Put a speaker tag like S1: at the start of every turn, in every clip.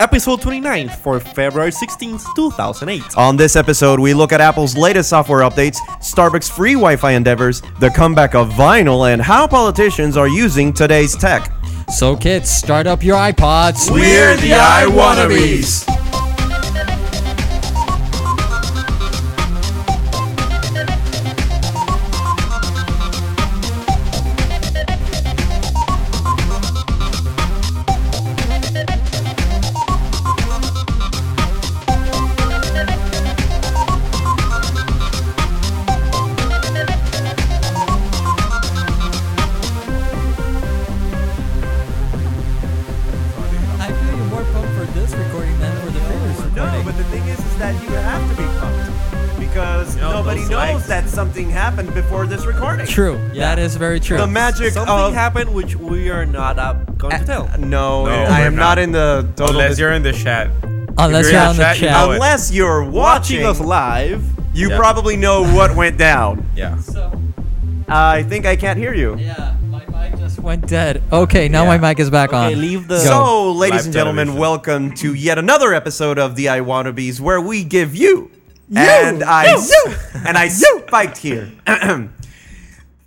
S1: episode 29 for February 16th, 2008.
S2: On this episode, we look at Apple's latest software updates, Starbucks' free Wi Fi endeavors, the comeback of vinyl, and how politicians are using today's tech.
S3: So, kids, start up your iPods.
S2: We're the I
S4: iWannabes.
S3: I feel you're more pumped for this recording than for the previous
S2: No,
S3: recording.
S2: but the thing is, is that you have to be pumped because
S1: know,
S2: nobody
S1: those
S2: knows
S1: legs.
S2: that something happened before this recording.
S3: true. That is very true.
S2: The magic
S1: Something
S2: of
S1: happened which we are not uh, going to tell.
S2: No,
S4: No,
S2: I
S4: we're
S2: am not.
S4: not.
S2: in the total.
S4: Unless
S2: dis-
S4: you're in the chat.
S3: Unless
S4: If
S3: you're
S4: in
S3: on the
S4: you
S3: chat.
S4: know it.
S2: unless you're watching,
S1: Watching us live.
S2: you
S4: Yeah.
S2: probably know what went down.
S4: Yeah.
S3: so,
S2: I think I can't hear you.
S3: yeah, my mic just went dead. Okay, now
S4: Yeah.
S3: my mic is back
S1: Okay,
S3: on.
S1: leave the.
S2: So, ladies
S4: Live
S2: and gentlemen,
S4: television.
S2: welcome to yet another episode of the I Wannabes, where we give you, and I and I spiked here.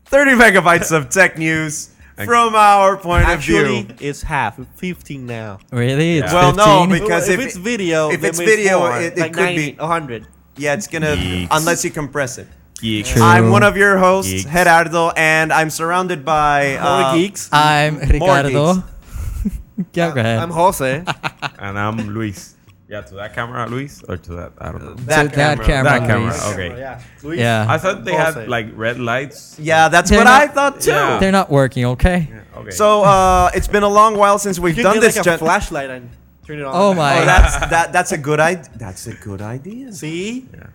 S2: Thirty megabytes of tech news from our point
S1: Actually,
S2: of view.
S1: it's half. 15 now.
S3: really? It's
S2: Well,
S3: 15?
S2: no, because-
S1: if,
S2: if
S1: it's
S2: it-
S1: video,
S2: if
S1: then
S2: it's video,
S1: more,
S2: it- it
S1: like
S2: could
S1: 90,
S2: be-
S1: 100.
S2: Yeah, it's gonna
S4: Yeeks.
S2: unless you compress it.
S4: Geeks.
S3: True.
S2: I'm one of your hosts,
S4: Geeks.
S2: Gerardo, and I'm surrounded by uh,
S1: More geeks.
S3: I'm Ricardo. yeah, go ahead.
S1: I'm Jose.
S4: And I'm Luis. Yeah, to that camera, Luis, or to that? I don't know.
S3: So that camera,
S4: That camera,
S3: Luis.
S4: okay.
S1: Yeah.
S3: Yeah.
S4: I thought they
S1: Jose.
S4: had like red lights.
S2: Yeah, that's
S3: They're
S2: what
S3: not-
S2: I thought too.
S4: Yeah.
S3: They're not working, okay?
S4: Okay.
S2: So uh, it's been a long while since we've
S1: You
S2: done
S1: can get
S2: this.
S1: like a
S2: gen-
S1: flashlight and turn it on.
S3: Oh my-
S2: Oh, that's that. That's a good idea. That's a good idea.
S1: See?
S4: Yeah.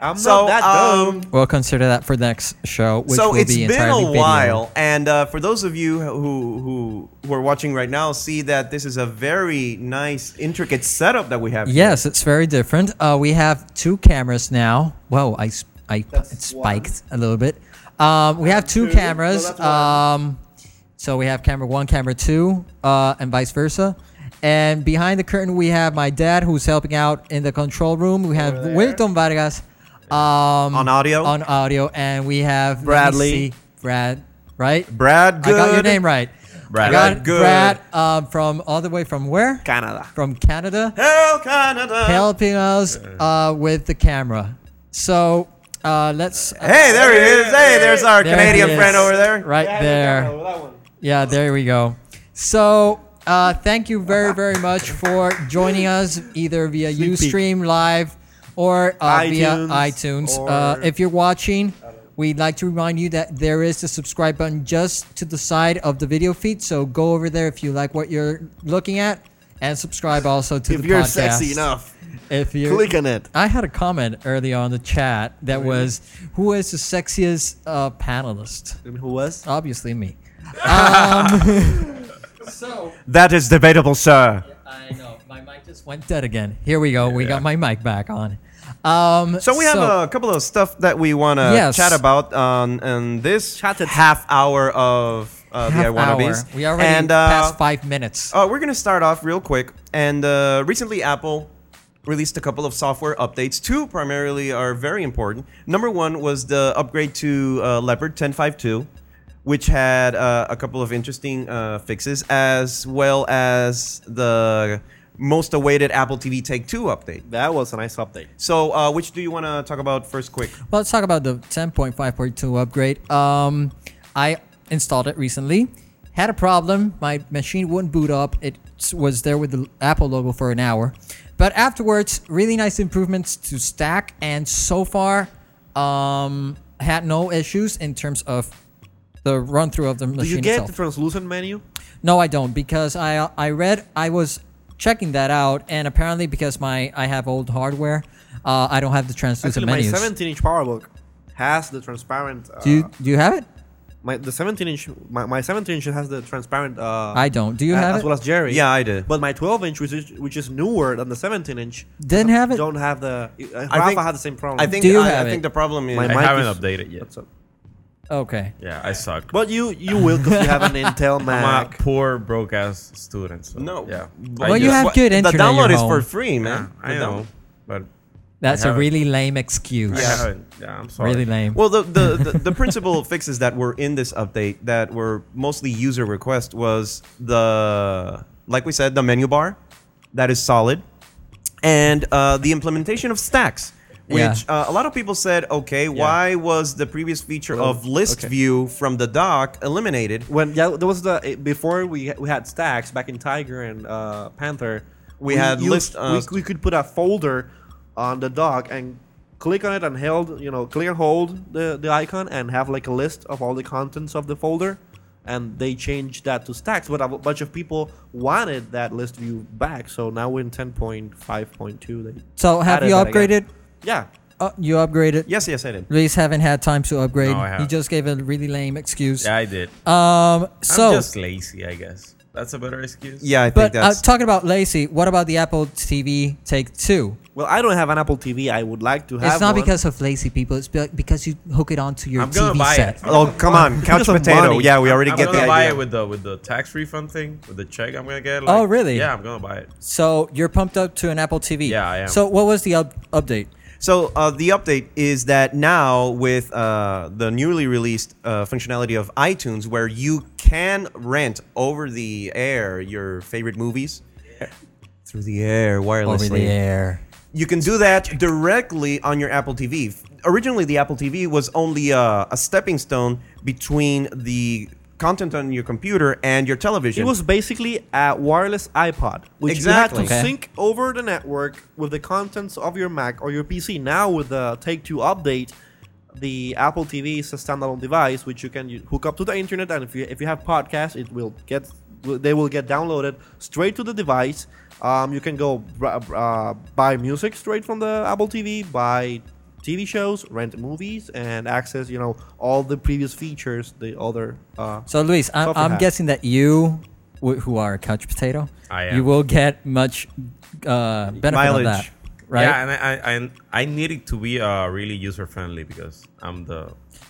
S1: I'm not
S2: So,
S1: that
S2: um,
S1: dumb.
S3: We'll consider that for the next show, which
S2: so
S3: will
S2: it's
S3: be
S2: been
S3: entirely
S2: a
S3: video.
S2: while, and uh, for those of you who who who are watching right now, see that this is a very nice, intricate setup that we have. here.
S3: Yes, it's very different. Uh, we have two cameras now. Whoa, I, s- I p-
S1: That's
S3: it spiked a little bit. Um, we have two
S1: two.
S3: cameras.
S1: No, that's
S3: um, so we have camera one, camera two, uh, and vice versa. And behind the curtain, we have my dad who's helping out in the control room. We have
S1: there.
S3: Wilton Vargas um,
S2: On audio?
S3: On audio, and we have let me
S2: Bradley.
S3: see, Brad, right?
S2: Brad. Good.
S3: I got your name right.
S4: Brad.
S3: I got
S2: Brad Good.
S3: Brad um, from all the way from where?
S1: Canada.
S3: From Canada
S2: Hail Canada.
S3: helping us uh, with the camera. So uh, let's.
S2: Hey, there he is. Hey, there's our
S3: There he
S2: Canadian
S3: is.
S2: friend over there.
S3: Right there. Yeah, there we go. So uh, thank you very, very much for joining us either via
S1: Sneak peek.
S3: Ustream Live or uh, via
S1: iTunes
S3: iTunes.
S1: or-
S3: Uh, if you're watching, we'd like to remind you that there is the subscribe button just to the side of the video feed. So go over there if you like what you're looking at. And subscribe also to
S1: If
S3: the
S1: you're
S3: podcast.
S1: sexy enough,
S3: if you're
S1: click on it.
S3: I had a comment earlier on the chat that
S2: Oh,
S3: was, "Who is the sexiest uh, panelist?"
S1: And who was?
S3: Obviously me. Um, so
S2: That is debatable, sir.
S3: I know my mic just went dead again. Here we go. We got my mic back on. Um,
S2: So we have a couple of stuff that we want to
S3: Yes.
S2: chat about on on this
S1: Chatted.
S2: half hour of uh, the I
S3: half
S2: Wanna
S3: hour.
S2: Bees.
S3: We already
S2: and, uh,
S3: passed five minutes.
S2: Uh, we're gonna start off real quick, and uh, recently Apple released a couple of software updates. Two primarily are very important. Number one was the upgrade to uh, Leopard 10.5.2, which had uh, a couple of interesting uh, fixes, as well as the most awaited Apple TV Take Two update.
S1: That was a nice update.
S2: So, uh, which do you want to talk about first, quick?
S3: Well, let's talk about the 10.5.2 upgrade. Um, I installed it recently. Had a problem. My machine wouldn't boot up. It s- was there with the Apple logo for an hour. But afterwards, really nice improvements to Stack. And so far, um, had no issues in terms of the run through of the
S1: Do
S3: machine
S1: you get
S3: itself.
S1: the translucent menu?
S3: No, I don't because I I read I was checking that out and apparently because my I have old hardware, uh, I don't have the translucent
S1: Actually, my
S3: menus.
S1: 17 inch PowerBook has the transparent. Uh,
S3: do you do you have it?
S1: my the 17 inch my, my 17 inch has the transparent. Uh,
S3: I don't. Do you
S1: a-
S3: have
S1: as
S3: it?
S1: well as Jerry.
S2: Yeah, I did.
S1: But my 12 inch, which is which is newer than the 17 inch,
S3: Didn't have it.
S1: don't have the. Uh, Rafa
S2: think-
S1: had the same problem.
S2: I think
S3: Do you
S2: I,
S3: have
S2: I think
S3: it?
S2: the problem is
S1: My
S4: I
S1: mic
S4: haven't
S1: is-
S4: updated yet.
S1: What's up?
S3: Okay.
S4: Yeah, I suck.
S1: But you you will because you have an Intel
S4: I'm a
S1: Mac.
S4: poor broke ass student. So,
S2: No.
S4: Yeah.
S2: But
S4: I
S3: Well, you
S4: just-
S3: have
S2: What-
S3: good internet
S2: The
S3: at your
S2: download is for
S3: home.
S2: free,
S4: Yeah,
S2: man.
S4: I
S2: The
S4: know,
S2: down-
S4: but
S3: That's a
S4: haven't-
S3: really lame excuse.
S4: I haven't. Yeah, I'm sorry.
S3: Really lame.
S2: Well, the the, the, the principal fixes that were in this update that were mostly user request was the like we said the menu bar that is solid, and uh, the implementation of stacks. Which uh, a lot of people said, okay, why was the previous feature of list
S1: okay.
S2: view from the dock eliminated?
S1: When yeah, there was the eh, before we we had stacks back in Tiger and uh, Panther.
S2: We had list, uh,
S1: we, we could put a folder on the dock and click on it and held you know click and hold the the icon and have like a list of all the contents of the folder. And they changed that to stacks, but a bunch of people wanted that list view back. So now we're in ten point five point two. They
S3: So have
S1: added
S3: you
S1: that again.
S3: upgraded?
S1: Yeah,
S3: Uh, you upgraded?
S2: Yes, yes, I did.
S3: Luis haven't had time to upgrade.
S4: No, I
S3: he
S4: haven't.
S3: just gave a really lame excuse.
S4: Yeah, I did.
S3: Um. So,
S4: I'm just lazy, I guess. That's a better excuse.
S2: Yeah, I think
S3: but uh,
S2: that's
S3: talking about lazy, what about the Apple TV Take Two?
S1: Well, I don't have an Apple TV. I would like to have.
S3: It's not
S1: one.
S3: because of lazy people. It's be- because you hook it onto your
S4: I'm gonna
S3: TV
S4: buy
S3: set.
S4: it.
S2: Oh come on, couch
S1: Because of
S2: potato.
S1: money.
S2: Yeah, we already
S4: I'm
S2: get
S4: gonna
S2: the
S4: buy
S2: idea.
S4: it with the with the tax refund thing with the check. I'm gonna get. Like,
S3: Oh, really?
S4: Yeah, I'm gonna buy it.
S3: So you're pumped up to an Apple TV.
S4: Yeah, I am.
S3: So what was the up- update?
S2: So uh, the update is that now with uh, the newly released uh, functionality of iTunes, where you can rent over the air your favorite movies through the air wirelessly.
S3: air.
S2: You can do that directly on your Apple TV. Originally, the Apple TV was only uh, a stepping stone between the content on your computer and your television.
S1: it was basically a wireless iPod, which
S2: Exactly.
S1: you had to
S3: Okay.
S1: sync over the network with the contents of your Mac or your PC. Now with the Take Two update, the Apple TV is a standalone device which you can u- hook up to the internet, and if you if you have podcasts, it will get will- they will get downloaded straight to the device. Um, you can go br- uh, buy music straight from the Apple TV, buy TV shows, rent movies, and access you know all the previous features the other uh,
S3: So Luis, I'm,
S1: Software
S3: I'm
S1: hack.
S3: guessing that you, wh- who are a couch potato,
S4: I am.
S3: you will get much uh, benefit
S2: Mileage.
S3: of that, right?
S4: Yeah, and I I, I, I need it to be uh, really user friendly because I'm the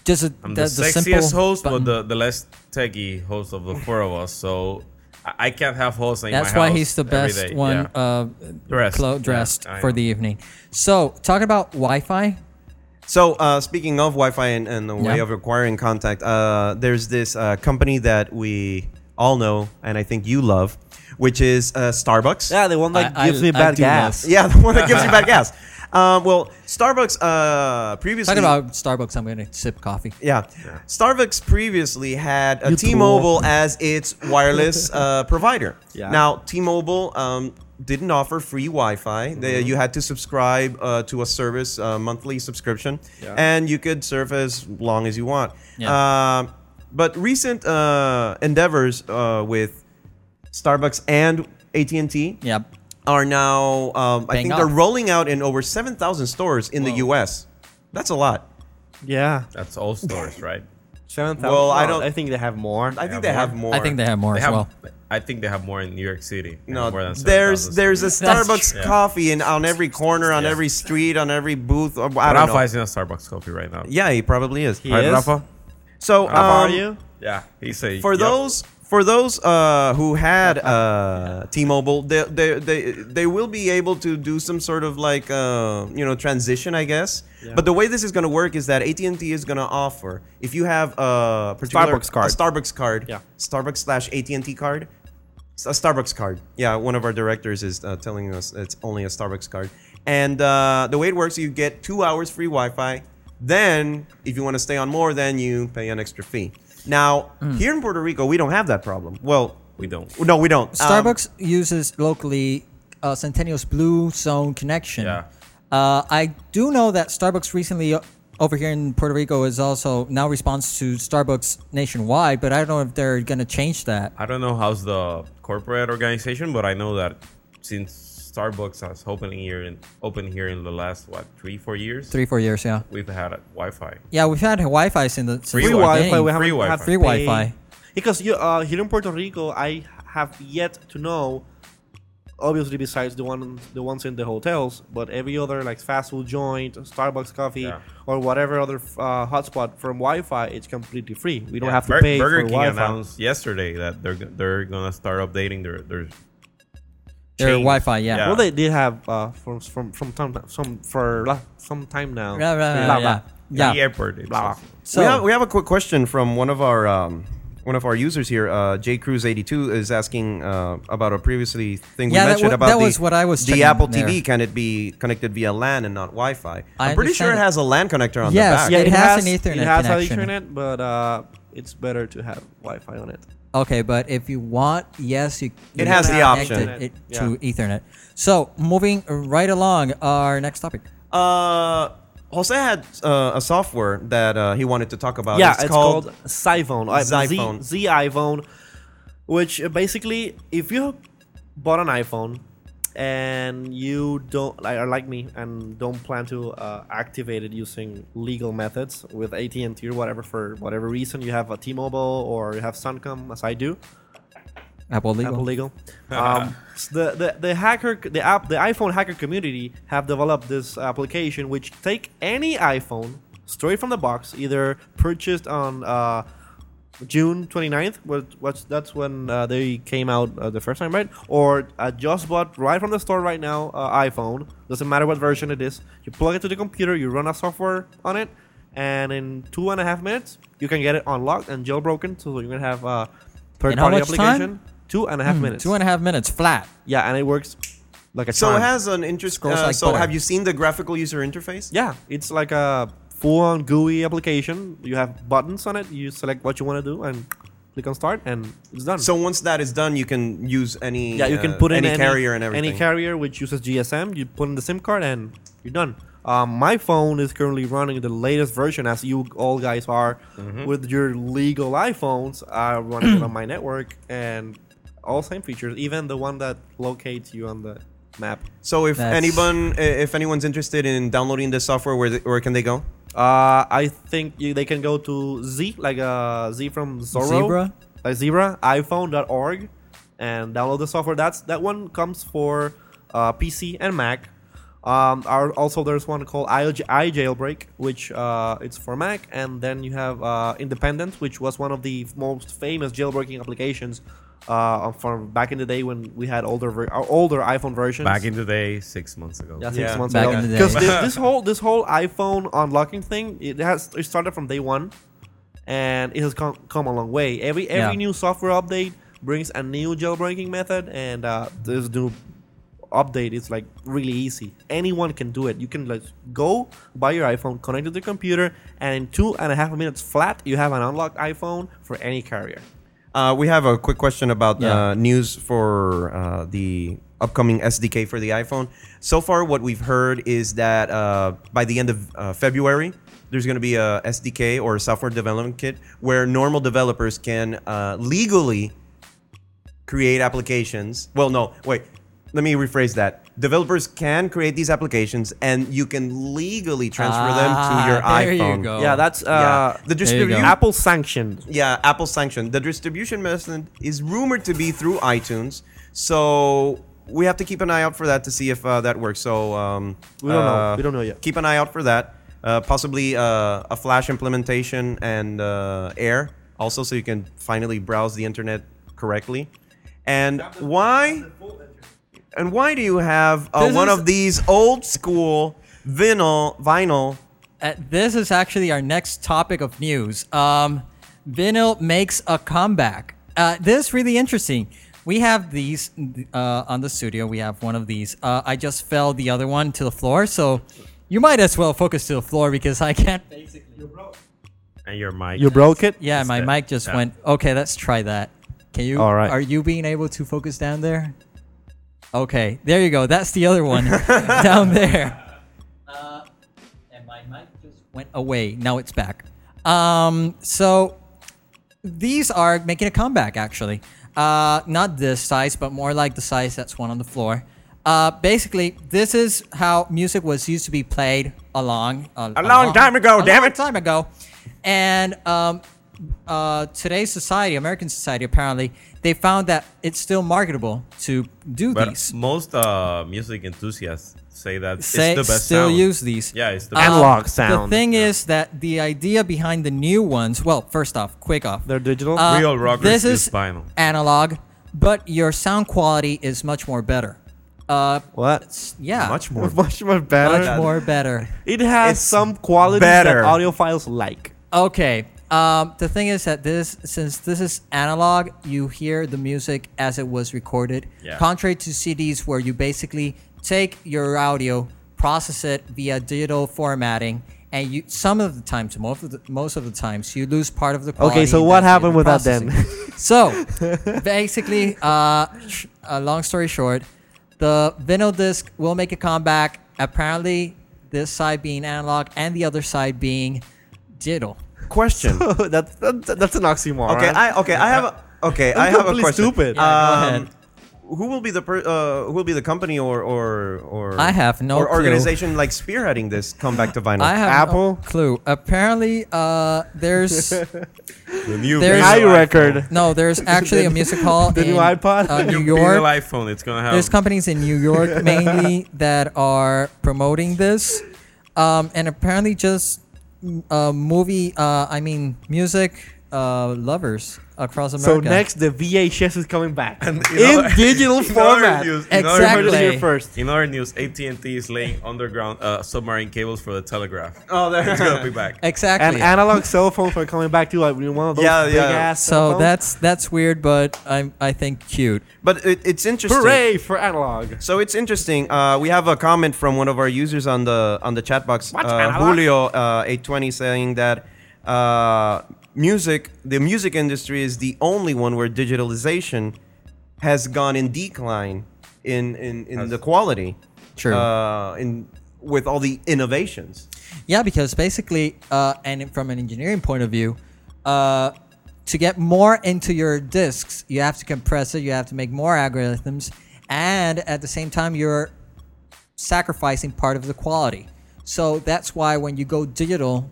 S3: Just a,
S4: I'm
S3: the,
S4: the,
S3: the
S4: sexiest
S3: simple
S4: host,
S3: button.
S4: but the, the less techie host of the four of us. So I, I can't have hosts in my
S3: That's why
S4: house
S3: he's the
S4: every
S3: best
S4: day.
S3: one
S4: Yeah.
S3: uh,
S4: Dressed.
S3: clo-
S4: Yeah,
S3: dressed
S4: I
S3: for
S4: know.
S3: the evening. So talking about Wi-Fi,
S2: So, uh, speaking of Wi-Fi and, and the way
S3: Yeah.
S2: of acquiring contact, uh, there's this uh, company that we all know, and I think you love, which is uh, Starbucks.
S1: Yeah, the one that
S3: I-
S1: gives
S3: I-
S1: me
S3: I
S1: bad
S3: do love-
S1: gas.
S2: Yeah, the one that gives you bad gas. Um, well, Starbucks uh, previously.
S3: talking about Starbucks, I'm going to sip coffee.
S2: yeah. Starbucks previously had a
S1: You
S2: T-Mobile as its wireless uh, provider.
S1: Yeah.
S2: Now, T-Mobile um, didn't offer free Wi-Fi. They,
S3: Mm-hmm.
S2: you had to subscribe uh, to a service, uh, monthly subscription,
S1: Yeah.
S2: and you could surf as long as you want.
S3: Yeah.
S2: Um, but recent uh, endeavors uh, with Starbucks and AT&T
S3: Yeah.
S2: are now um, I
S3: Paying
S2: think they're
S3: off.
S2: rolling out in over 7,000 stores in the
S3: Whoa.
S2: US. That's a lot.
S1: Yeah,
S4: That's all stores, right?
S1: seven thousand.
S2: Well, I don't-
S1: I think they have more.
S2: I think
S4: have
S2: they
S4: more?
S2: have more.
S3: I think they have more
S4: They
S3: as
S4: have,
S3: well.
S4: I think they have more in New York City. They
S2: No,
S4: have more than
S2: there's
S4: 7,000
S2: there's a
S4: stores.
S3: That's
S2: Starbucks
S4: true.
S2: coffee in on every corner, on
S4: Yeah.
S2: every street, on every booth. uh, I don't
S4: Rafa
S2: know.
S4: is in a Starbucks coffee right now.
S2: Yeah, he probably is.
S1: He is?
S4: Rafa?
S2: So, um,
S1: How are you?
S4: Yeah, he's a
S2: for
S4: yep.
S2: those for those uh, who had uh, T-Mobile, they, they they they will be able to do some sort of like uh, you know transition, I guess.
S1: Yeah.
S2: But the way this is going to work is that AT and T is going to offer if you have a particular
S1: Starbucks card.
S2: a Starbucks card,
S1: Yeah.
S2: Starbucks slash AT and T card, a Starbucks card. Yeah, one of our directors is uh, telling us it's only a Starbucks card. And uh, the way it works, you get two hours free Wi-Fi. Then, if you want to stay on more, then you pay an extra fee. Now, here in Puerto Rico, we don't have that problem. Well,
S4: we don't.
S2: no, we don't. Um,
S3: Starbucks uses locally uh, Centennial's Blue Zone connection.
S4: Yeah.
S3: Uh, I do know that Starbucks recently uh, over here in Puerto Rico is also now responds to Starbucks nationwide, but I don't know if they're going to change that.
S4: I don't know how's the corporate organization, but I know that since Starbucks has opened here in open here in the last what three four years,
S3: Three, four years, yeah.
S4: we've had Wi-Fi.
S3: Yeah, we've had Wi-Fi since the since
S4: Free
S3: the
S4: Wi-Fi,
S3: beginning.
S1: We haven't
S4: Free
S1: had
S4: Wi-Fi.
S1: to
S3: Free
S1: pay-
S3: Wi-Fi.
S1: Because you, uh, here in Puerto Rico, I have yet to know obviously besides the one the ones in the hotels, but every other like fast food joint, Starbucks coffee,
S4: Yeah.
S1: or whatever other uh, hotspot from Wi-Fi, it's completely free. We don't
S4: Yeah,
S1: have to
S4: Bur-
S1: pay
S4: Burger
S1: for
S4: King
S1: Wi-Fi.
S4: announced yesterday that they're they're gonna start updating their their
S3: Their
S4: chains.
S3: Wi-Fi, yeah.
S1: Well, they did have uh, from from from time some for la- some time now.
S3: Yeah, right, right,
S1: Blah,
S3: right,
S1: blah.
S3: yeah.
S4: The
S3: yeah.
S4: airport. it
S1: Blah.
S4: says.
S3: So
S2: we, have, we have a quick question from one of our um, one of our users here. Uh, J Cruz eighty two is asking uh, about a previously thing we
S3: Yeah, that
S2: mentioned
S3: wa-
S2: about
S3: that
S2: the,
S3: was what I was
S2: the
S3: checking
S2: Apple
S3: there.
S2: TV. Can it be connected via LAN and not Wi Fi?
S3: I
S2: I'm pretty sure it
S3: understand it.
S2: has a LAN connector on
S3: Yes,
S2: the back.
S3: yeah. It has an Ethernet
S1: It has
S3: connection.
S1: an Ethernet, but uh, it's better to have Wi-Fi on it.
S3: Okay, but if you want, yes, you. you
S2: It has
S3: can
S2: the
S3: connect
S2: option.
S3: it- it to Ethernet. So moving right along, our next topic.
S2: Uh, Jose had uh, a software that uh, he wanted to talk about.
S1: yeah,
S2: it's, called,
S1: Zyphone. uh,
S2: Zyphone.
S1: Z, Z iPhone, which uh, basically, if you bought an iPhone and you don't like, are like me and don't plan to uh, activate it using legal methods with AT and T or whatever for whatever reason, you have a T-Mobile or you have Suncom, as I do.
S3: Apple legal.
S1: Apple legal. Um, s- the, the the hacker c- the app the iPhone hacker community have developed this application which take any iPhone straight from the box, either purchased on uh, June 29th, what, what's that's when uh, they came out uh, the first time, right? Or uh, just bought right from the store right now uh, iPhone. Doesn't matter what version it is. You plug it to the computer, you run a software on it, and in two and a half minutes you can get it unlocked and jailbroken. So you're gonna have uh,
S3: And how
S1: third-party
S3: much time?
S1: application. Two and a half minutes.
S3: Hmm, Two and a half minutes flat.
S1: yeah, and it works like a
S2: so
S1: charm.
S2: it has an interest.
S3: Scrolls
S2: uh,
S3: like
S2: so
S3: butter.
S2: have you seen the graphical user interface?
S1: yeah, it's like a full-on GUI application. You have buttons on it. You select what you want to do and click on start, and it's done.
S2: So once that is done, you can use any
S1: yeah, you can
S2: uh,
S1: put in
S2: any carrier and everything.
S1: Any carrier which uses GSM, you put in the SIM card, and you're done. Um, my phone is currently running the latest version, as you all guys are,
S2: Mm-hmm.
S1: with your legal iPhones. I run it on my network, and all same features, even the one that locates you on the map.
S2: So if
S3: That's-
S2: anyone, i- if anyone's interested in downloading this software, where, th- where can they go?
S1: Uh, I think you, they can go to Z, like uh, Z from Zorro.
S3: Zebra?
S1: Like Zebra, iPhone.org, and download the software. That's That one comes for uh, PC and Mac. Um, our, also, there's one called iJ- iJailbreak, which uh, it's for Mac. And then you have uh, Independent, which was one of the most famous jailbreaking applications uh, from back in the day when we had older ver- our older iPhone versions.
S4: Back in the day, six months ago.
S1: Yeah,
S2: Yeah.
S1: six months
S3: Back
S1: ago.
S3: in the day.
S1: Because this, this whole this whole iPhone unlocking thing, it has it started from day one, and it has come, come a long way. Every every
S3: Yeah.
S1: new software update brings a new jailbreaking method, and uh, this new update is like really easy. Anyone can do it. You can like go buy your iPhone, connect it to the computer, and in two and a half minutes flat, you have an unlocked iPhone for any carrier.
S2: Uh, we have a quick question about uh,
S3: Yeah.
S2: news for uh, the upcoming SDK for the iPhone. So far, what we've heard is that uh, by the end of uh, February, there's going to be a SDK or a software development kit where normal developers can uh, legally create applications. Well, no, wait. Let me rephrase that. Developers can create these applications, and you can legally transfer
S3: Ah,
S2: them to your
S3: there you
S2: iPhone.
S3: go. Oh.
S1: Yeah, that's uh,
S2: Yeah. The
S3: There you go.
S2: distribu-
S1: Apple sanctioned.
S2: yeah, Apple sanctioned. The distribution method is rumored to be through iTunes, so we have to keep an eye out for that to see if uh, that works. So um,
S1: We don't know.
S2: uh,
S1: We don't know yet.
S2: Keep an eye out for that. Uh, possibly uh, a Flash implementation and uh, Air also, so you can finally browse the internet correctly. And why? And why do you have uh,
S3: This
S2: one
S3: is-
S2: of these old school vinyl vinyl
S3: Uh, this is actually our next topic of news. Um, vinyl makes a comeback. Uh, this is really interesting. We have these uh, on the studio. We have one of these. Uh, I just fell the other one to the floor, so you might as well focus to the floor because I can't.
S4: And your mic.
S1: You broke it.
S3: Yeah, my
S4: that-
S3: mic just
S4: yeah.
S3: went. Okay, let's try that. Can you?
S1: All right.
S3: Are you being able to focus down there? Okay, there you go. That's the other one down there. Uh, and my mic just went away. Now it's back. Um, so these are making a comeback actually. Uh, not this size, but more like the size that's one on the floor. Uh, basically, this is how music was used to be played along a,
S2: A long time ago,
S3: a
S2: damn
S3: long
S2: it.
S3: time ago, and um, uh, today's society, American society, apparently they found that it's still marketable to do
S4: But
S3: these.
S4: most uh, music enthusiasts say that
S3: Say-
S4: it's the best
S3: still
S4: sound.
S3: use these. Um,
S4: Yeah, it's the
S1: And
S4: best.
S1: lock
S3: The
S1: sound.
S3: thing is that the idea behind the new ones, well, first off, quick off.
S1: They're digital.
S3: Uh,
S4: Real rockers
S3: this
S4: use
S3: is
S4: vinyl.
S3: analog, but your sound quality is much more better. Uh,
S1: what?
S3: yeah,
S2: Much more.
S1: Much more
S3: much
S1: better.
S3: more better.
S1: It has
S2: It's
S1: some qualities
S2: better.
S1: that audiophiles like.
S3: Okay. Um, the thing is that this, since this is analog, you hear the music as it was recorded.
S4: Yeah.
S3: Contrary to CDs, where you basically take your audio, process it via digital formatting, and you some of the times, most of the, most of the times, you lose part of the quality.
S1: Okay, so
S3: in
S1: what
S3: that
S1: happened
S3: digital
S1: with that then?
S3: processing. so, basically, uh, sh- uh, long story short, the vinyl disc will make a comeback. Apparently, this side being analog and the other side being digital.
S2: Question.
S1: that's, that's that's an oxymoron.
S2: Okay, I okay, I have a okay, I
S1: That's
S2: have a
S1: completely
S2: question.
S1: stupid.
S3: Yeah, go
S2: Um, Who will be the per, uh, who will be the company or or or
S3: I have no
S2: or
S3: clue.
S2: organization like spearheading this comeback to vinyl?
S3: I have
S1: Apple?
S3: no clue. Apparently, uh, there's
S4: The new
S3: There's-
S4: vinyl
S1: I record.
S4: iPhone.
S3: no, there's actually a music hall
S1: the
S3: in
S1: new iPod?
S3: uh, New
S4: New vinyl
S3: York.
S4: iPhone. It's gonna have.
S3: There's
S1: Um,
S3: companies in New York mainly that are promoting this, um, and apparently just mm, uh, movie. Uh, I mean, music uh, lovers across
S1: So
S3: America.
S1: next, the VHS is coming back
S4: in
S1: in
S4: other-
S1: digital
S4: in other
S1: format.
S4: news- in other
S1: You heard it
S3: Exactly.
S1: here first.
S4: In other news, AT&T is laying underground uh, submarine cables for the telegraph.
S2: oh,
S4: It's gonna be back.
S1: And
S3: exactly.
S1: analog cell phones are coming back too. Like one of those
S2: Yeah,
S1: big
S2: yeah.
S1: ass. cell
S3: so
S1: phones.
S3: that's that's weird, but I'm I think cute.
S2: But it, it's interesting.
S1: hooray for analog.
S2: So it's interesting. Uh, we have a comment from one of our users on the on the chat box,
S1: What's
S2: uh,
S1: analog?
S2: Julio uh, eight twenty, saying that uh, music, the music industry, is the only one where digitalization has gone in decline in in, in
S4: Has-
S2: the quality.
S3: True.
S2: Uh, in with all the innovations.
S3: Yeah, because basically, uh, and from an engineering point of view, uh, to get more into your disks, you have to compress it, you have to make more algorithms, and at the same time, you're sacrificing part of the quality. So that's why when you go digital,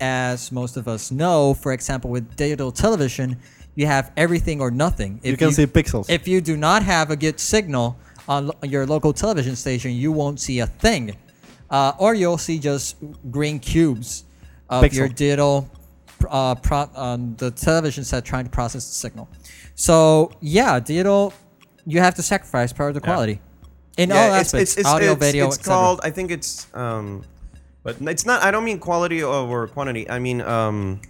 S3: as most of us know, for example, with digital television, you have everything or nothing. If
S1: you can see pixels.
S3: if you do not have a good signal on lo- your local television station, you won't see a thing, uh, or you'll see just green cubes of
S1: Pixel.
S3: your digital uh, pro- on the television set trying to process the signal. So yeah, digital, you have to sacrifice part of the quality in all
S2: it's-
S3: aspects: audio, video,
S2: It's
S3: etc.
S2: called. I think it's. Um, but
S4: But-
S2: it's not. I don't mean quality over quantity. I mean. Um,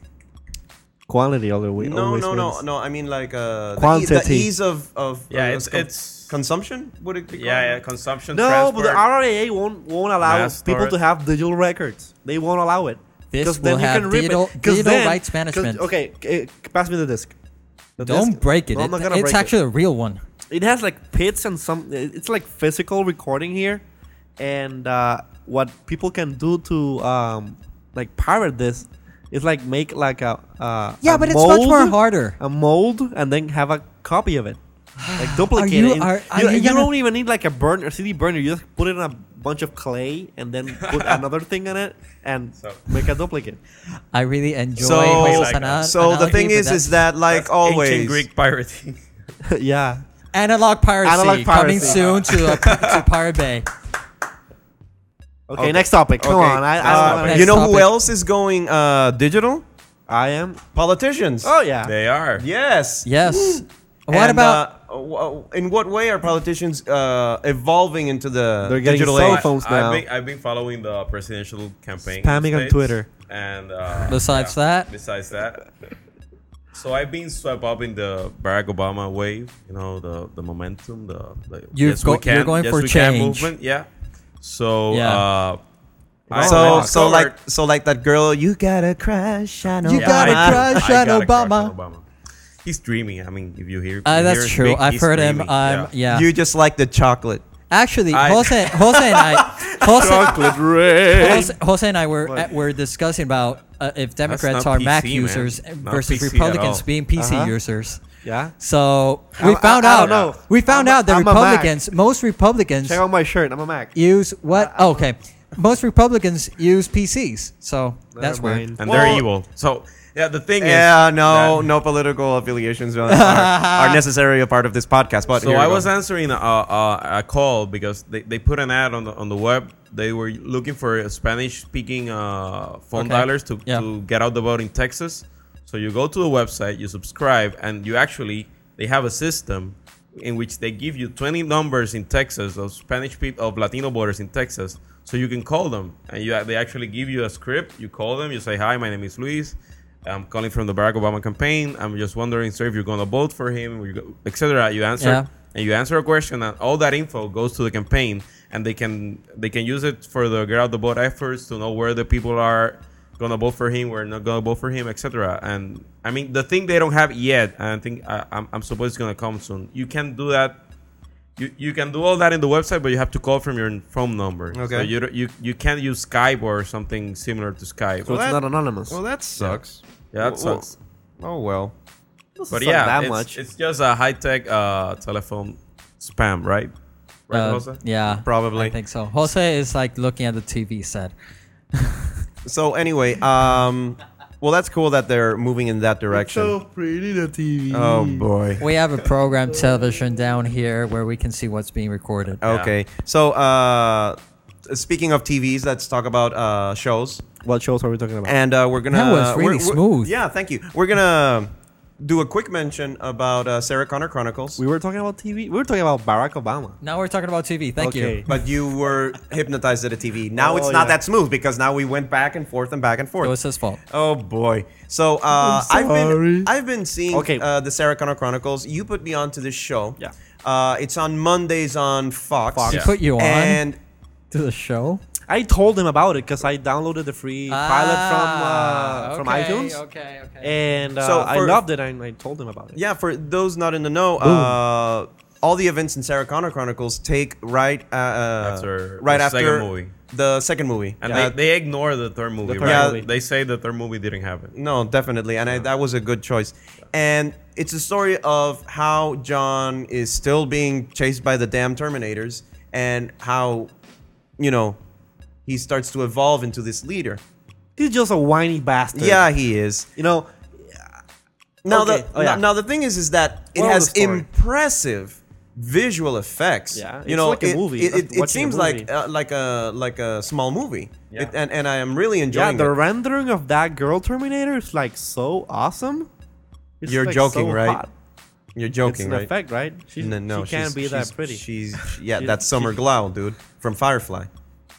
S1: Quality all the way.
S2: No,
S1: always
S2: no, no,
S1: wins.
S2: no. I mean like uh, The, e- the
S1: Quantity.
S2: ease of of
S4: Yeah,
S2: uh,
S4: it's-
S2: con-
S4: it's-
S2: consumption. Would it be?
S4: Yeah, yeah,
S2: called?
S4: consumption.
S1: No, but the
S4: transport.
S1: RIA won't won't allow
S4: Mass
S1: people to
S4: storage.
S1: have digital records. They won't allow it.
S3: This
S1: 'Cause
S3: will have
S1: rip it.
S3: digital-
S1: 'Cause
S3: digital
S1: then-
S3: rights
S1: 'cause-
S3: management.
S1: Okay, c- uh, pass me the disc. The
S3: Don't
S1: disc?
S3: break it.
S1: No, I'm
S3: It-
S1: not gonna
S3: it's
S1: break it.
S3: actually a real one.
S1: it has like pits and some it's like physical recording here and uh, what people can do to um, like pirate this is like make like a uh,
S3: Yeah,
S1: a
S3: but it's
S1: mold,
S3: much more harder.
S1: a mold and then have a copy of it like duplicate
S3: you-
S1: it
S3: are- are you
S1: you
S3: gonna-
S1: don't even need like a burner a cd burner you just put it in a bunch of clay and then put another thing in it and
S4: So-
S1: make a duplicate
S3: I really enjoy.
S2: So-
S3: Jose
S4: Like that.
S3: Ana-
S2: So the
S3: analogy,
S2: thing
S3: but
S2: is,
S3: uh, that's-
S2: is that like
S4: That's
S2: always,
S4: ancient Greek pirating.
S1: yeah
S3: analog piracy,
S1: Analog
S3: coming
S1: piracy.
S3: soon to, uh, to Pirate Bay.
S1: okay,
S2: Okay.
S1: next topic come
S2: Okay,
S1: on i,
S2: uh,
S1: I, don't wanna-
S3: next
S2: you know who
S3: topic.
S2: else is going uh, digital?
S1: I am
S2: Politicians.
S1: oh yeah
S4: they are.
S2: yes.
S3: Yes. What
S2: And,
S3: about
S2: uh, w- in what way are politicians uh, evolving into the
S1: They're getting
S2: digital
S1: cell
S2: age?
S1: phone- phones
S4: I, have
S1: now.
S4: Been, I've been following the presidential campaign. in
S1: Spamming
S4: the
S1: on
S4: States,
S1: Twitter.
S4: And uh,
S3: Besides that?
S4: besides that, so I've been swept up in the Barack Obama wave. You know, the the momentum, the, the
S3: You're
S4: yes
S3: go-
S4: we
S3: you're
S4: can,
S3: going
S4: yes
S3: for
S4: we can
S3: change.
S4: movement. Yeah. So
S3: Yeah.
S4: uh, I-
S2: So,
S4: I
S2: so like,
S4: discovered-
S2: so like that girl. You got a crush on
S3: You
S2: Obama.
S3: got a
S4: I-
S3: crush
S4: I
S3: on
S4: got a crush
S3: Obama.
S4: on Obama. He's dreamy. I mean, if you hear,
S3: Uh,
S4: you
S3: that's
S4: hear him
S3: true.
S4: speak,
S3: I've
S4: he's
S3: heard him.
S4: dreamy.
S3: Um,
S4: Yeah.
S3: yeah.
S2: You just like the chocolate.
S3: Actually,
S4: I-
S3: Jose, Jose and I, Jose,
S1: chocolate rain
S3: Jose, Jose and I were uh,
S1: What?
S3: were discussing about uh, if Democrats
S4: not
S3: are Mac
S4: PC, man.
S3: users
S4: Not
S3: versus
S4: PC at
S3: Republicans
S4: all.
S3: being PC
S1: Uh-huh.
S3: users.
S1: yeah
S3: So we
S1: I-
S3: found
S1: I
S3: out.
S1: don't know.
S3: We found
S1: I'm a-
S3: out that
S1: I'm a Mac.
S3: Republicans, most Republicans,
S1: check out my shirt i'm a mac
S3: use what? oh, okay, most Republicans use PCs. So that's
S1: Never
S3: weird.
S1: mind.
S4: and
S2: Well-
S4: they're evil. So Yeah, the thing
S2: Yeah,
S4: is.
S2: no,
S4: that-
S2: no political affiliations are, are necessary a part of this podcast. But
S4: So
S2: here you
S4: I
S2: go.
S4: was answering a, a, a call because they, they put an ad on the on the web. They were looking for Spanish speaking uh, phone
S3: Okay.
S4: dialers to,
S3: Yeah.
S4: to get out the vote in Texas. So you go to the website, you subscribe, and you actually they have a system in which they give you 20 numbers in Texas of Spanish people of Latino voters in Texas, so you can call them and you they actually give you a script. You call them, you say, "Hi, my name is Luis." I'm calling from the Barack Obama campaign. I'm just wondering, sir, if you're going to vote for him, etc. You answer,
S3: Yeah.
S4: and you answer a question, and all that info goes to the campaign, and they can they can use it for the get out the vote efforts to know where the people are going to vote for him, where not going to vote for him, etc. And I mean, the thing they don't have yet, and I think I, I'm, I'm supposed it's going to come soon. You can do that. You, you can do all that in the website, but you have to call from your phone number.
S2: Okay.
S4: So you, don't- you you can't use Skype or something similar to Skype.
S1: So it's
S2: that-
S1: not anonymous.
S2: Well, that sucks.
S4: yeah, that
S2: Well, well,
S4: sucks.
S2: oh well.
S1: Doesn't
S4: But
S1: suck
S4: yeah,
S1: that
S4: it's,
S1: much.
S4: it's just a high tech uh, telephone spam, right? Right,
S3: Uh,
S4: Rosa?
S3: yeah,
S2: Probably.
S3: I think so. Jose is like looking at the TV set.
S2: So anyway, um, well, that's cool that they're moving in that direction.
S1: pretty the TV.
S2: oh boy.
S3: We have a program television down here where we can see what's being recorded.
S1: Oh.
S2: Okay. So uh, speaking of TVs, let's talk about uh, shows.
S1: What shows are we talking about?
S2: And uh, we're gonna.
S3: That was
S2: we're-
S3: really
S2: we're-
S3: smooth.
S2: Yeah, thank you. We're gonna do a quick mention about uh, Sarah Connor Chronicles.
S1: we were talking about TV. We were talking about Barack Obama.
S3: Now we're talking about TV. Thank
S1: Okay.
S3: you.
S2: but you were hypnotized at a TV. Now it's
S1: Oh,
S2: not
S1: yeah.
S2: that smooth because now we went back and forth and back and
S3: It
S2: forth.
S3: was his fault.
S2: Oh boy! So uh, I've been
S1: sorry.
S2: I've been seeing
S1: Okay.
S2: uh, the Sarah Connor Chronicles. You put me onto this show.
S1: Yeah.
S2: Uh, it's on Mondays on Fox.
S1: Fox.
S3: He
S4: Yeah.
S3: put you on
S2: And
S3: to the show.
S1: I told him about it because I downloaded the free pilot from uh,
S3: Ah,
S1: from iTunes,
S3: Okay, okay.
S1: and uh,
S2: So
S1: I
S2: for-
S1: loved it. And I told him about it.
S2: yeah, for those not in the know, uh, all the events in Sarah Connor Chronicles take right uh, uh,
S4: After
S2: right
S4: the
S2: after
S4: second movie.
S2: the second movie.
S4: And
S2: Uh,
S4: they, they ignore the third movie,
S1: third
S4: right?
S2: movie.
S4: They say the third movie didn't happen.
S2: No, definitely, and I, that was a good choice. And it's a story of how John is still being chased by the damn Terminators, and how, you know, he starts to evolve into this leader.
S1: He's just a whiny bastard.
S2: Yeah, he is.
S1: you know,
S2: Now
S1: Okay.
S2: the
S1: Oh, yeah.
S2: now, now the thing is, is that it
S1: Moral of
S2: has
S1: the story.
S2: impressive visual effects.
S1: Yeah,
S2: you
S1: it's
S2: know,
S1: like a
S2: it,
S1: movie.
S2: It, it,
S1: Watching a
S2: it seems like
S1: movie.
S2: uh, like a like a small movie.
S4: Yeah.
S2: It, and and I am really
S1: yeah,
S2: enjoying
S1: the
S2: it.
S1: rendering of that girl Terminator is like so awesome. It's,
S2: You're joking, right?
S1: hot.
S2: You're joking,
S1: it's an
S2: right?
S1: effect, right? She,
S2: No, no,
S1: she can't
S2: she's-
S1: be
S2: she's-
S1: that pretty.
S2: She's yeah,
S1: She-
S2: that's Summer
S1: she-
S2: Glau, dude, from Firefly.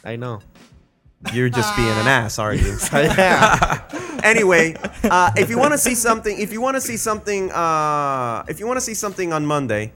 S1: I know.
S2: You're just being an ass, aren't you?
S1: yeah.
S2: anyway, uh, if you want to see something, if you want to see something, uh, if you want to see something on Monday,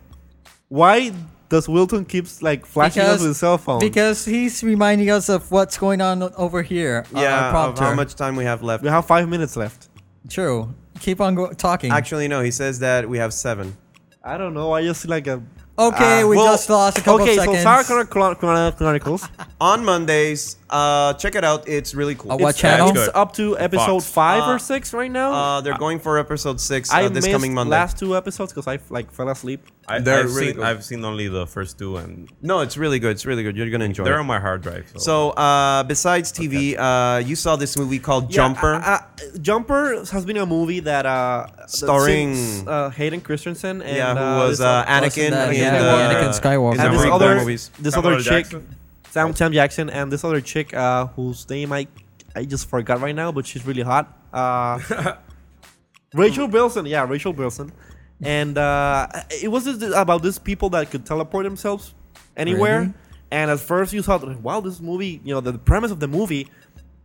S1: Why does Wilton keeps like flashing us with his cell phone?
S3: because he's reminding us of what's going on over here. on our
S2: yeah, uh, of how
S3: prompter.
S2: much time we have left?
S1: we have five minutes left.
S3: True. Keep on go- talking.
S2: Actually, no. He says that we have seven.
S1: I don't know. I just see like a.
S3: okay,
S2: uh,
S3: we
S2: well,
S3: just lost a couple
S1: Ah, okay,
S3: seconds.
S1: so Sarah Connor Chron- Chron- Chronicles.
S2: On Mondays, uh, check it out. It's really cool.
S3: Uh, what
S2: It's-
S3: channel?
S1: It's up to episode
S4: Fox.
S1: five
S2: Uh,
S1: or six right now.
S2: Uh, they're going for episode six uh,
S1: I
S2: this
S1: missed
S2: coming Monday.
S1: last two episodes because I like fell asleep.
S4: I, I've,
S2: They're really
S4: seen,
S2: good.
S4: I've seen only the first two, and
S2: No, it's really good. It's really good. You're gonna enjoy
S4: they're
S2: it.
S4: on my hard drive. So,
S2: So, uh, besides TV, uh, you saw this movie called
S1: Yeah,
S2: Jumper.
S1: uh, uh, Jumper has been a movie that uh, that
S2: Starring-
S1: since, uh, Hayden Christensen and
S2: yeah,
S1: uh,
S2: who was
S1: this,
S2: uh,
S3: Wasn't
S2: Anakin
S3: that
S2: in
S3: Anakin-
S2: the
S3: Anakin Skywalker.
S2: in the
S1: and this
S2: Breaking
S4: Samuel
S1: other
S2: Bad movies.
S1: this
S4: Samuel
S1: other chick,
S4: Jackson?
S1: Sam Sam Jackson, and this other chick uh, whose name I I just forgot right now, but she's really hot. Uh, Rachel Bilson, yeah, Rachel Bilson, and uh, it was just about these people that could teleport themselves anywhere.
S3: Really?
S1: And at first you thought, wow, this movie, you know, the premise of the movie,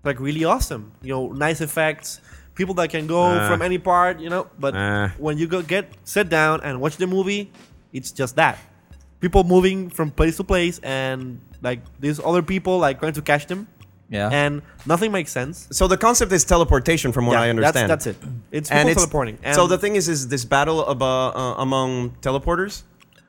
S1: like really awesome. You know, nice effects, people that can go
S4: Uh.
S1: from any part, you know. But
S4: Uh.
S1: when you go get sit down and watch the movie, it's just that people moving from place to place and like these other people like trying to catch them,
S3: yeah.
S1: and nothing makes sense.
S2: So the concept is teleportation, from what
S1: Yeah,
S2: I understand.
S1: That's, that's it. It's people
S2: And it's
S1: teleporting. And
S2: so the thing is, is this battle about, uh, among teleporters?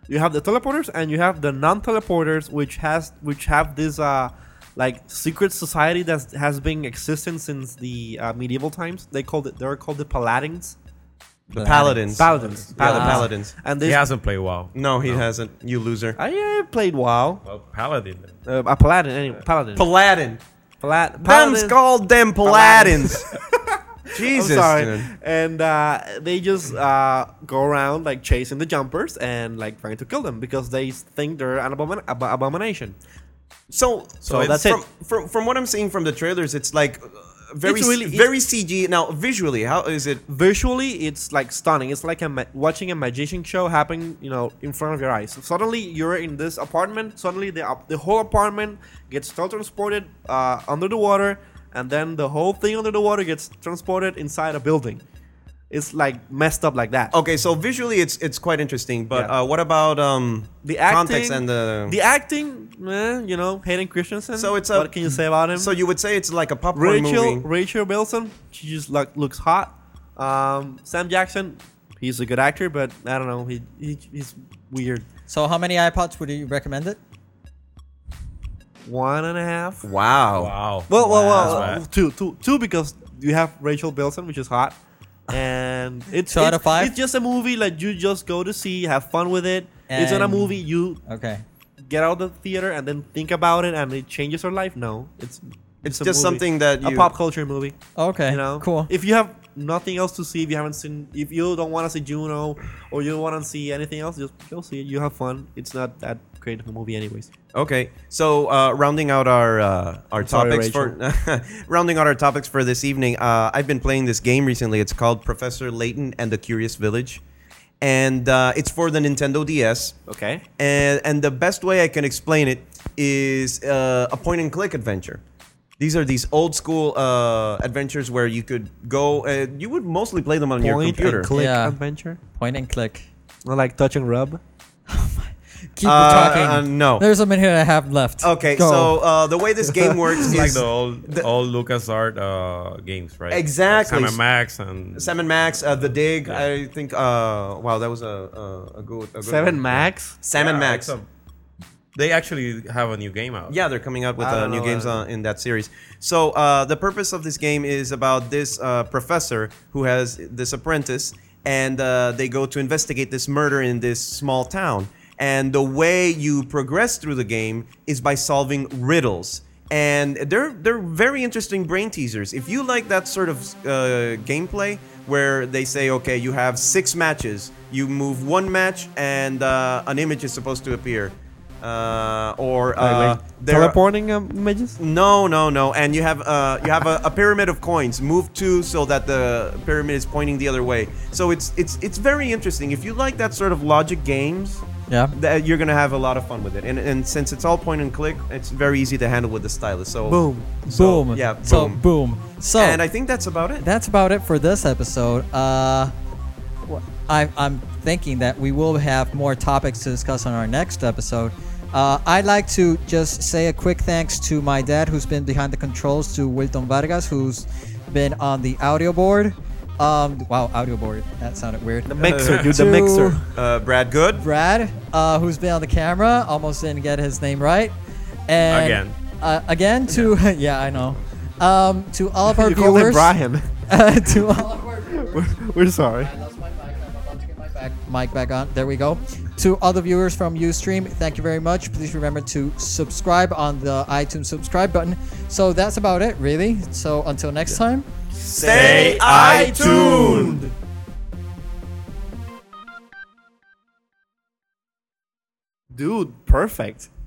S1: you have the teleporters and you have the non-teleporters which has which have this uh like secret society that has been existing since the uh, medieval times they called it they're called the paladins
S2: The paladins.
S1: paladins,
S2: Yeah, the
S1: paladins.
S2: paladins.
S1: and
S4: he
S1: this
S4: hasn't played WoW.
S2: No, he hasn't. You loser.
S1: i uh, played wow
S4: Well, Paladin. then.
S1: uh, a paladin anyway paladin
S2: Paladin.
S1: Pala-
S2: Them's
S1: paladin
S2: called them paladins.
S1: I'm
S2: Jesus,
S1: sorry.
S2: dude.
S1: And uh, they just uh, go around like chasing the jumpers and like trying to kill them because they think they're an abomin- ab- abomination.
S2: So, so,
S1: that's
S2: that's
S1: it.
S2: from, From, from what I'm seeing from the trailers, it's like uh, very
S1: It's really- it's-
S2: very CG. Now, visually, how is it?
S1: Visually, it's like stunning. It's like a ma- watching a magician show happen, you know, in front of your eyes. Suddenly, you're in this apartment. Suddenly, the ap- the whole apartment gets transported uh, under the water, and then the whole thing under the water gets transported inside a building. It's like messed up like that.
S2: Okay, so visually, it's it's quite interesting. But
S1: Yeah.
S2: uh, what about um
S1: the acting,
S2: context and the
S1: the acting, eh, you know, Hayden Christensen.
S2: So it's a-
S1: what can you say about him?
S2: So you would say it's like a popcorn
S1: Rachel
S2: movie.
S1: Rachel Wilson, she just like looks hot. Um, Sam Jackson, he's a good actor, but I don't know, he, he he's weird.
S3: So, how many iPods would you recommend it?
S1: One and a half.
S2: Uh, Wow.
S4: Wow.
S1: Well, well, well,
S4: That's
S1: uh,
S4: bad.
S1: two, two, two, because you have Rachel Bilson, which is hot, and it's
S3: Two out
S1: it's-
S3: of five?
S1: It's just a movie like you just go to see, have fun with it. it's not a
S3: And-
S1: movie you
S3: Okay.
S1: get out of the theater and then think about it, and it changes your life. No, it's
S2: It's
S1: a
S2: just
S1: movie.
S2: something that
S1: a
S2: you-
S1: pop culture movie.
S3: Okay.
S1: You know,
S3: Cool.
S1: If you have nothing else to see, if you haven't seen, if you don't want to see Juno or you don't want to see anything else, just go see it. You have fun. It's not that great of a movie, anyways.
S2: Okay. So uh, rounding out our uh, our
S1: sorry,
S2: topics for rounding out our topics for this evening. Uh, I've been playing this game recently. It's called Professor Layton and the Curious Village, and uh, it's for the Nintendo DS.
S1: Okay.
S2: and and the best way I can explain it is uh, a point and click adventure. These are these old school uh, adventures where you could go. Uh, you would mostly play them on your
S1: Point
S2: computer.
S1: and click
S3: Yeah.
S1: adventure,
S3: Point and click.
S1: not like touch and rub.
S3: Keep
S2: Uh,
S3: talking.
S2: uh, no.
S3: There's a minute and a half left.
S2: Okay,
S3: Go.
S2: so uh, the way this game works is
S4: It's like the old old LucasArts uh, games, right?
S2: Exactly.
S4: Like Sam and Max and
S2: Sam and Max, uh, the dig.
S4: Yeah.
S2: I think. Uh, wow, that was a a, a good. A good
S1: Seven
S2: one.
S1: Max.
S2: Sam and
S4: Yeah,
S2: Max.
S4: it's a- they actually have a new game out.
S2: Yeah, they're coming out with
S1: I
S2: uh,
S1: don't
S2: new
S1: know,
S2: games
S1: uh,
S2: uh, in that series. So uh, the purpose of this game is about this uh, professor who has this apprentice, and uh, they go to investigate this murder in this small town. And the way you progress through the game is by solving riddles. And they're they're very interesting brain teasers. If you like that sort of uh, gameplay where they say, okay, you have six matches, you move one match, and uh, an image is supposed to appear, uh, or uh,
S1: Like, like
S2: there are-
S1: teleporting um, images.
S2: no, no, no. And you have uh, you have a, a pyramid of coins. Move two so that the pyramid is pointing the other way. So it's it's it's very interesting. If you like that sort of logic games,
S3: Yeah.
S2: that you're gonna have a lot of fun with it. And and since it's all point and click, it's very easy to handle with the stylus. So
S1: Boom.
S2: so,
S3: boom.
S2: Yeah.
S3: So
S2: boom.
S3: boom. So
S2: And I think that's about it.
S3: that's about it for this episode. Uh, wh- I, I'm thinking that we will have more topics to discuss on our next episode. Uh, I'd like to just say a quick thanks to my dad, who's been behind the controls, to Wilton Vargas, who's been on the audio board. Um, wow, audio board. That sounded weird.
S1: The mixer, dude. The
S3: To-
S1: mixer.
S2: Uh, Brad, good.
S3: Brad, uh, who's been on the camera, almost didn't get his name right. And
S4: Again.
S3: Uh, again to yeah, I know. Um, to all of our
S1: You call him
S3: viewers,
S1: Brian.
S3: uh, to all of our viewers.
S1: we're, we're sorry.
S3: I lost my mic. I'm about to get my back, mic back on. There we go. To all the viewers from Ustream, thank you very much. Please remember to subscribe on the iTunes subscribe button. So that's about it, really. So until next time.
S2: Stay iTuned.
S1: Dude, perfect.